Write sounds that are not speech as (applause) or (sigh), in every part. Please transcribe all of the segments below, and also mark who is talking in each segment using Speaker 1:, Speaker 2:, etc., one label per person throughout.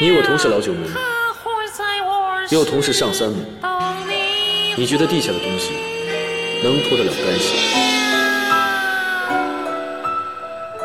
Speaker 1: 你我同是老九门，
Speaker 2: 又同是上三门。
Speaker 1: 你觉得地下的东西能脱得了干系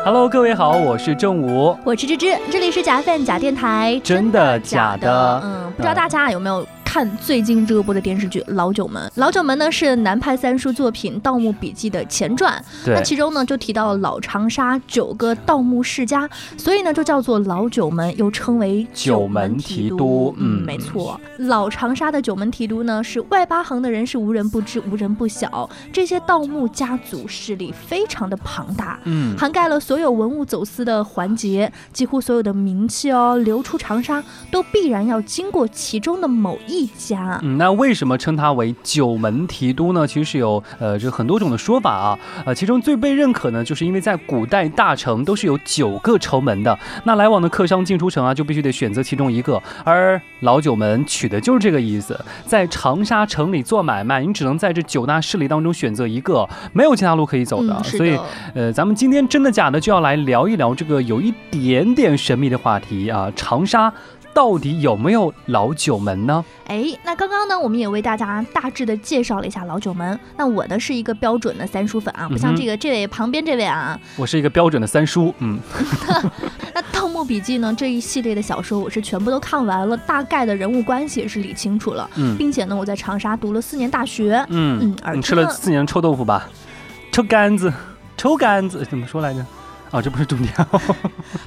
Speaker 3: ？Hello，各位好，我是正午，
Speaker 4: 我是芝芝，这里是假饭假电台，
Speaker 3: 真的假的？
Speaker 4: 嗯，不知道大家有没有？看最近热播的电视剧《老九门》，《老九门呢》呢是南派三叔作品《盗墓笔记》的前传，那其中呢就提到了老长沙九个盗墓世家，所以呢就叫做老九门，又称为
Speaker 3: 九
Speaker 4: 门
Speaker 3: 提
Speaker 4: 督。
Speaker 3: 嗯，
Speaker 4: 没错，老长沙的九门提督呢是外八行的人是无人不知、无人不晓，这些盗墓家族势力非常的庞大，
Speaker 3: 嗯，
Speaker 4: 涵盖了所有文物走私的环节，几乎所有的名气哦流出长沙都必然要经过其中的某一。家，
Speaker 3: 嗯，那为什么称它为九门提督呢？其实是有呃这很多种的说法啊，呃，其中最被认可呢，就是因为在古代大城都是有九个城门的，那来往的客商进出城啊，就必须得选择其中一个，而老九门取的就是这个意思。在长沙城里做买卖，你只能在这九大势力当中选择一个，没有其他路可以走的。
Speaker 4: 嗯、的
Speaker 3: 所以，呃，咱们今天真的假的就要来聊一聊这个有一点点神秘的话题啊，长沙。到底有没有老九门呢？
Speaker 4: 哎，那刚刚呢，我们也为大家大致的介绍了一下老九门。那我呢是一个标准的三叔粉啊，不像这个、嗯、这位旁边这位啊，
Speaker 3: 我是一个标准的三叔。嗯，
Speaker 4: 那《盗墓笔记》呢这一系列的小说，我是全部都看完了，大概的人物关系也是理清楚了。
Speaker 3: 嗯，
Speaker 4: 并且呢，我在长沙读了四年大学。
Speaker 3: 嗯嗯，
Speaker 4: 而
Speaker 3: 你吃了四年臭豆腐吧？臭干子，臭干子怎么说来着？啊、哦，这不是重点。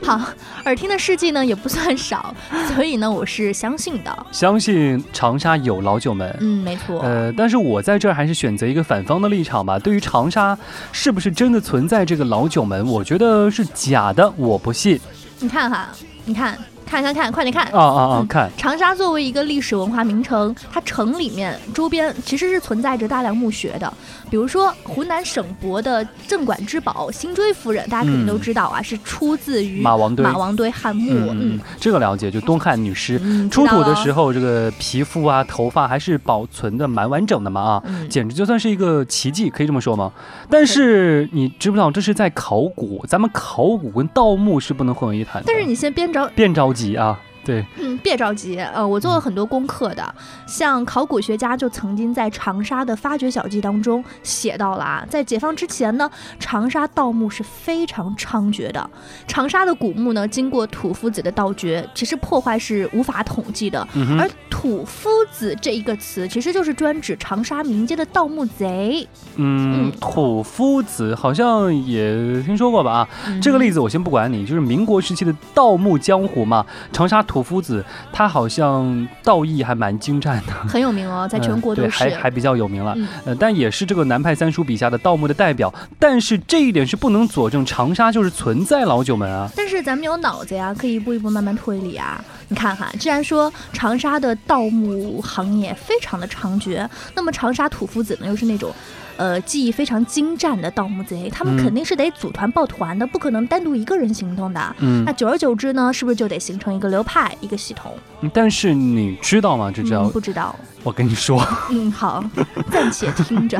Speaker 4: 好，耳听的事迹呢也不算少，所以呢我是相信的，
Speaker 3: 相信长沙有老九门。
Speaker 4: 嗯，没错。
Speaker 3: 呃，但是我在这儿还是选择一个反方的立场吧。对于长沙是不是真的存在这个老九门，我觉得是假的，我不信。
Speaker 4: 你看哈，你看。看看看，快点看！
Speaker 3: 啊啊啊！看、嗯、
Speaker 4: 长沙作为一个历史文化名城，它城里面周边其实是存在着大量墓穴的。比如说湖南省博的镇馆之宝辛追夫人，大家肯定都知道啊，
Speaker 3: 嗯、
Speaker 4: 是出自于
Speaker 3: 马王堆
Speaker 4: 马王堆汉墓。
Speaker 3: 嗯，嗯这个了解，就东汉女
Speaker 4: 嗯
Speaker 3: 尸出
Speaker 4: 啊
Speaker 3: 土的时候，这个皮肤啊、头发还是保存的蛮完整的嘛啊，
Speaker 4: 嗯
Speaker 3: 简直就算是一个奇迹，可以这么说吗？但是你知不知道这是在考古？咱们考古跟盗墓是不能混为一谈的。
Speaker 4: 但是你先编着
Speaker 3: 编着。急啊！对，
Speaker 4: 嗯，别着急，呃，我
Speaker 3: 嗯
Speaker 4: 做了很多功课的，像考古学家就曾经在长沙的发掘小记当中写到了啊，在解放之前呢，长沙盗墓是非常猖獗的。长沙的古墓呢，经过土夫子的盗掘，其实破坏是无法统计的。
Speaker 3: 嗯、
Speaker 4: 而土夫子这一个词，其实就是专指长沙民间的盗墓贼。
Speaker 3: 嗯，土夫子好像也听说过吧？啊、嗯，这个例子我先不管你，就是民国时期的盗墓江湖嘛，长沙土。土夫子，他好像道义还蛮精湛的，
Speaker 4: 很有名哦，在全国都是，嗯、
Speaker 3: 还还比较有名了。嗯、呃，但也是这个南派三叔笔下的盗墓的代表。但是这一点是不能佐证长沙就是存在老九门啊。
Speaker 4: 但是咱们有脑子呀，可以一步一步慢慢推理啊。你看哈，既然说长沙的盗墓行业非常的猖獗，那么长沙土夫子呢，又是那种。呃，技艺非常精湛的盗墓贼，他们肯定是得组团抱团的，
Speaker 3: 嗯、
Speaker 4: 不可能单独一个人行动的。
Speaker 3: 嗯，
Speaker 4: 那久而久之呢，是不是就得形成一个流派、一个系统？
Speaker 3: 但是你知道吗？这叫、嗯、
Speaker 4: 不知道。
Speaker 3: 我跟你说，
Speaker 4: 嗯，好，暂且听着。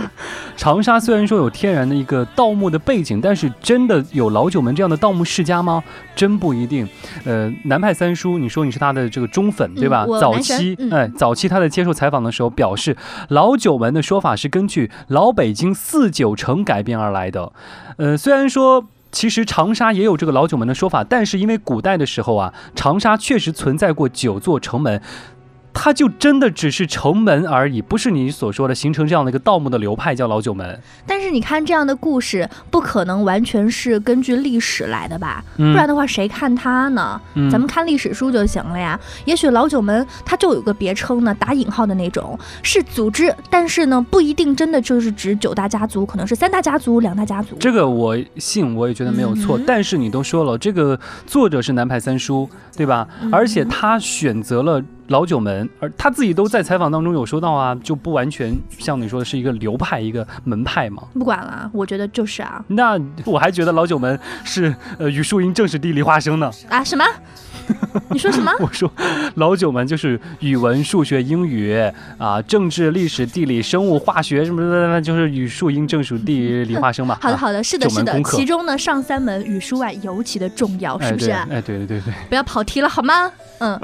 Speaker 3: 长沙虽然说有天然的一个盗墓的背景，但是真的有老九门这样的盗墓世家吗？真不一定。呃，南派三叔，你说你是他的这个忠粉对吧？
Speaker 4: 嗯、
Speaker 3: 早期，哎，早期他在接受采访的时候表示，老九门的说法是根据老北。北京四九城改编而来的，呃，虽然说其实长沙也有这个老九门的说法，但是因为古代的时候啊，长沙确实存在过九座城门，它就真的只是城门而已，不是你所说的形成这样的一个盗墓的流派叫老九门。
Speaker 4: 但是你看这样的故事，不可能完全是根据历史来的吧？嗯、不然的话，谁看它呢？
Speaker 3: 嗯、
Speaker 4: 咱们看历史书就行了呀。也许老九门它就有个别称呢，打引号的那种是组织，但是呢，不一定真的就是指九大家族，可能是三大家族、两大家族。
Speaker 3: 这个我信，我也觉得没有错。
Speaker 4: 嗯、
Speaker 3: 但是你都说了，这个作者是南派三叔，对吧？
Speaker 4: 嗯
Speaker 3: 而且他选择了老九门，而他自己都在采访当中有说到啊，就不完全像你说的是一个流派、一个门派嘛。
Speaker 4: 不管了，我觉得就是啊。
Speaker 3: 那我还觉得老九门是呃语数英政史地理化生呢。 (laughs)
Speaker 4: 啊什么？你说什么？
Speaker 3: 我说老九门就是语文、数学、英语啊，政治、历史、地理、生物、化学什么的，就是语数英正数地理化生嘛。
Speaker 4: 好的，
Speaker 3: 啊
Speaker 4: 好的，是的，
Speaker 3: 九
Speaker 4: 是
Speaker 3: 门
Speaker 4: 的
Speaker 3: 功，课
Speaker 4: 其中呢，上三门语数外尤其的重要，是不啊
Speaker 3: (laughs)
Speaker 4: 是？
Speaker 3: 哎，对哎对对对
Speaker 4: 不要跑题了好吗？嗯，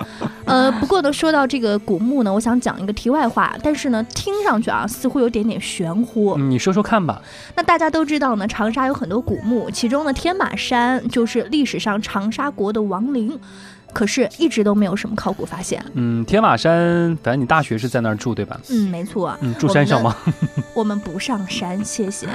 Speaker 4: 呃，不过呢，说到这个古墓呢，我想讲一个题外话，但是呢，听上去啊，似乎有点点玄乎。
Speaker 3: 对，嗯你说说看吧。
Speaker 4: 那大家都知道呢，长沙有很多古墓，其中呢，天马山就是历史上长沙国的亡灵，可是一直都没有什么考古发现。
Speaker 3: 嗯，天马山，反正你大学是在那儿住对吧？
Speaker 4: 嗯，没错，
Speaker 3: 嗯，住山上吗？
Speaker 4: 我们不上山，谢谢。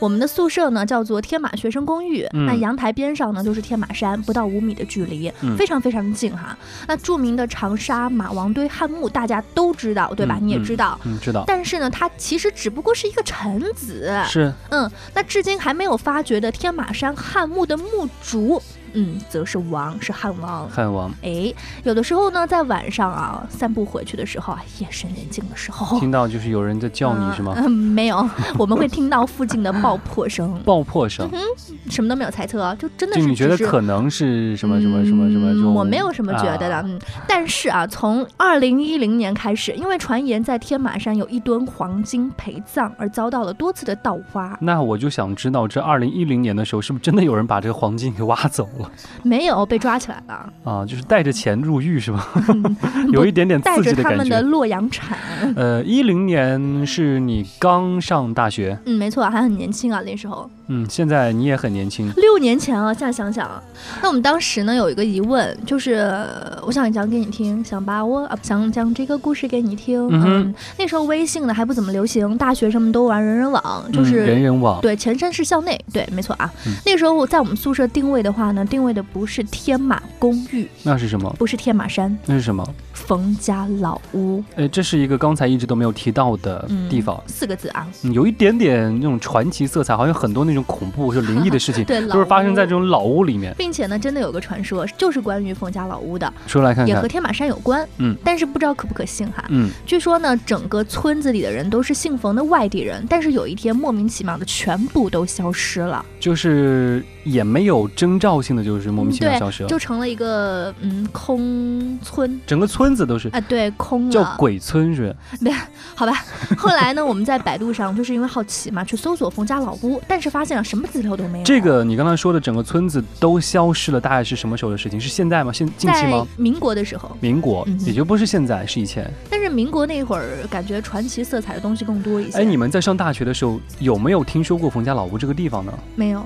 Speaker 4: 我们的宿舍呢叫做天马学生公寓，
Speaker 3: 嗯
Speaker 4: 那阳台边上呢就是天马山，不到五米的距离，
Speaker 3: 嗯
Speaker 4: 非常非常近哈。那著名的长沙马王堆汉墓大家都知道，对吧？
Speaker 3: 嗯
Speaker 4: 你也知道。
Speaker 3: 嗯，知道。
Speaker 4: 但是呢，它其实只不过是一个臣子，
Speaker 3: 是，
Speaker 4: 嗯，那至今还没有发掘的天马山汉墓的墓主，嗯，则是王，是汉王。
Speaker 3: 汉王，
Speaker 4: 哎，有的时候呢，在晚上啊散步回去的时候啊，夜深人静的时候，
Speaker 3: 听到就是有人在叫你是吗
Speaker 4: 嗯？嗯没有，我们会听到附近的爆破声，
Speaker 3: 爆破声，
Speaker 4: 什么都没有猜测啊，就真的
Speaker 3: 就是你觉得
Speaker 4: 只嗯是
Speaker 3: 可能是什么什么什么什么？就
Speaker 4: 嗯我没有什么觉得的，
Speaker 3: 啊
Speaker 4: 嗯，但是啊，从二零一零年开始，因为传言在天马山有一吨黄金陪葬，而遭到了多次的盗挖，
Speaker 3: 那我就想知道，这二零一零年的时候，是不是真的有人把这个黄金给挖走了
Speaker 4: 没有被抓起来了，
Speaker 3: 啊？就是带着钱入狱是吧？
Speaker 4: 嗯不
Speaker 3: (laughs) 有一点点
Speaker 4: 带
Speaker 3: 刺
Speaker 4: 着
Speaker 3: 激的
Speaker 4: 他
Speaker 3: 感
Speaker 4: 们的
Speaker 3: 觉。
Speaker 4: 洛阳铲，
Speaker 3: 呃，一零年是你刚上大学，
Speaker 4: 嗯，没错，还很年轻啊，那时候
Speaker 3: 嗯，现在你也很年轻，
Speaker 4: 六年前啊，现在想想，那我们当时呢有一个疑问，就是呃我想讲给你听，想把我啊想讲这个故事给你听，
Speaker 3: 嗯哼
Speaker 4: 那时候微信呢还不怎么流行，大学生们都玩人人网，就
Speaker 3: 嗯
Speaker 4: 是、
Speaker 3: 人人网，
Speaker 4: 对，前身是校内，对，没错啊。
Speaker 3: 嗯
Speaker 4: 那时候我在我们宿舍定位的话呢，定位的不是天马公寓，
Speaker 3: 那是什么？
Speaker 4: 不是天马山，
Speaker 3: 那是什么？
Speaker 4: 冯家老屋，
Speaker 3: 呃，这是一个刚才一直都没有提到的
Speaker 4: 嗯，
Speaker 3: 地方，
Speaker 4: 四个字啊，，
Speaker 3: 嗯有一点点那种传奇色彩，好像很多那种恐怖或者灵异的事情
Speaker 4: 对，
Speaker 3: 嗯都是发生在
Speaker 4: 老
Speaker 3: 这
Speaker 4: 屋。
Speaker 3: 种老屋里面。
Speaker 4: 并且呢，真的有个传说，就是关于冯家老屋的，
Speaker 3: 说来看
Speaker 4: 也和
Speaker 3: 看，
Speaker 4: 天马山有关。
Speaker 3: 嗯，
Speaker 4: 但是不知道可不可信哈。
Speaker 3: 嗯，
Speaker 4: 据说呢，整个村子里的人都是姓冯的外地人，但是有一天莫名其妙的全部都消失了，
Speaker 3: 就是也没有征兆性的，就是莫名其妙
Speaker 4: 嗯对
Speaker 3: 消失了，
Speaker 4: 就成了一个嗯空村。
Speaker 3: 整个村子都是
Speaker 4: 啊，对，空
Speaker 3: 叫
Speaker 4: 了。
Speaker 3: 鬼村是吧？
Speaker 4: 哎好吧，后来呢，我们在百度上就是因为好奇嘛，去搜索冯家老屋，但是发现了什么资料都没有。
Speaker 3: 这个你刚才说的整个村子都消失了，大概是什么时候的事情？是现在吗？现近期
Speaker 4: 在
Speaker 3: 吗？
Speaker 4: 民国的时候，
Speaker 3: 民国
Speaker 4: 嗯，
Speaker 3: 也就不是现在，是以前。
Speaker 4: 但是民国那会儿感觉传奇色彩的东西更多一些。
Speaker 3: 哎，你们在上大学的时候有没有听说过冯家老屋这个地方呢？
Speaker 4: 没有？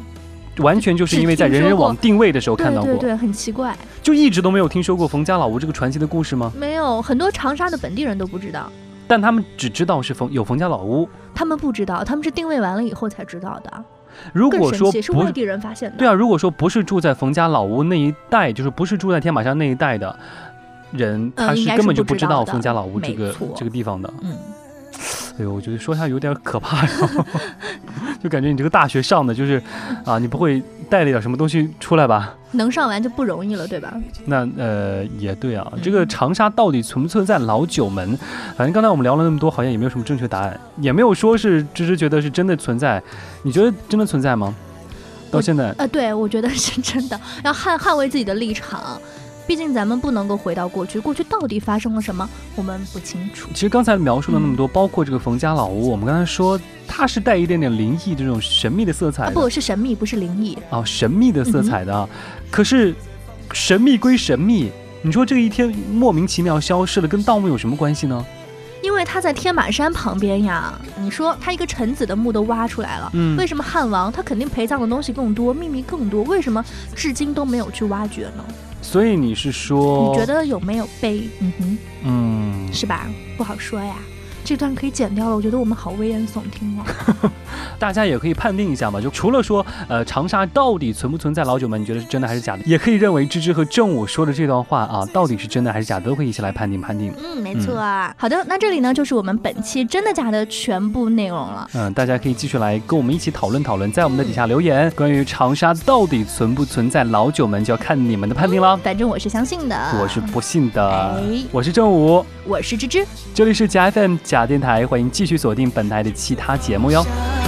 Speaker 3: 完全就是因为在
Speaker 4: 只
Speaker 3: 人
Speaker 4: 听说
Speaker 3: 人
Speaker 4: 过
Speaker 3: 网定位的时候
Speaker 4: 对
Speaker 3: 看到
Speaker 4: 对
Speaker 3: 过，
Speaker 4: 对，很奇怪，
Speaker 3: 就一直都没有听说过冯家老屋这个传奇的故事吗？
Speaker 4: 没有很多长沙的本地人都不知道，
Speaker 3: 但他们只知道是冯有冯家老屋。
Speaker 4: 他们不知道，他们是定位完了以后才知道的。
Speaker 3: 如
Speaker 4: 更
Speaker 3: 果
Speaker 4: 神
Speaker 3: 说
Speaker 4: 奇，是
Speaker 3: 不
Speaker 4: 外地人发现的。
Speaker 3: 对啊，如果说不是住在冯家老屋那一带，就是不是住在天马山那一带的人，他
Speaker 4: 应
Speaker 3: 是
Speaker 4: 该
Speaker 3: 根
Speaker 4: 是
Speaker 3: 本就
Speaker 4: 不
Speaker 3: 不
Speaker 4: 知
Speaker 3: 知
Speaker 4: 道
Speaker 3: 道
Speaker 4: 的
Speaker 3: 冯家老屋这
Speaker 4: 没
Speaker 3: 个
Speaker 4: 错
Speaker 3: 这个地方的。
Speaker 4: 嗯，
Speaker 3: 哎呦，我觉得说下有点可怕呀， (laughs) 就感觉你这个大学上的就是啊，你不会带了点什么东西出来吧？
Speaker 4: 能上完就不容易了，对吧？
Speaker 3: 那呃也对啊，
Speaker 4: 嗯
Speaker 3: 这个长沙到底存不存在老九门？反正刚才我们聊了那么多，好像也没有什么正确答案，也没有说是芝芝觉得是真的存在，你觉得真的存在吗？到现在，
Speaker 4: 呃，对，我觉得是真的， (laughs) 要捍捍卫自己的立场。毕竟咱们不能够回到过去，过去到底发生了什么，我们不清楚。
Speaker 3: 其实刚才描述了那
Speaker 4: 嗯
Speaker 3: 么多，包括这个冯家老屋，我们刚才说它是带一点点灵异这种神秘的色彩
Speaker 4: 啊，
Speaker 3: 的
Speaker 4: 不嗯是神秘，不是灵异。
Speaker 3: 啊，神秘的色彩的啊。可是神秘归神秘，你说这一天莫名其妙消失了，跟盗墓有什么关系呢？
Speaker 4: 因为他在天马山旁边呀，你说他一个臣子的墓都挖出来了，
Speaker 3: 嗯
Speaker 4: 为什么汉王他肯定陪葬的东西更多，秘密更多，为什么至今都没有去挖掘呢？
Speaker 3: 所以你是说，
Speaker 4: 你觉得有没有被？嗯哼，
Speaker 3: 嗯，
Speaker 4: 是吧？不好说呀，这段可以剪掉了，我觉得我们好危言耸听啊。
Speaker 3: 大家也可以判定一下嘛，就除了说，呃，长沙到底存不存在老九门，你觉得是真的还是假的？也可以认为芝芝和正武说的这段话啊，到底是真的还是假的，都可以一起来判定判定。
Speaker 4: 嗯，没错啊。好的，那这里呢就是我们本期真的假的全部内容了。
Speaker 3: 嗯、大家可以继续来跟我们一起讨论讨论，在我们的底下留言，关于长沙到底存不存在老九门，就要看你们的判定啦。
Speaker 4: 反正我是相信的，
Speaker 3: 我是不信的
Speaker 4: 哎，
Speaker 3: 我是正武，
Speaker 4: 我是芝芝。
Speaker 3: 这里是假 FM 假电台，欢迎继续锁定本台的其他节目哟。
Speaker 2: 山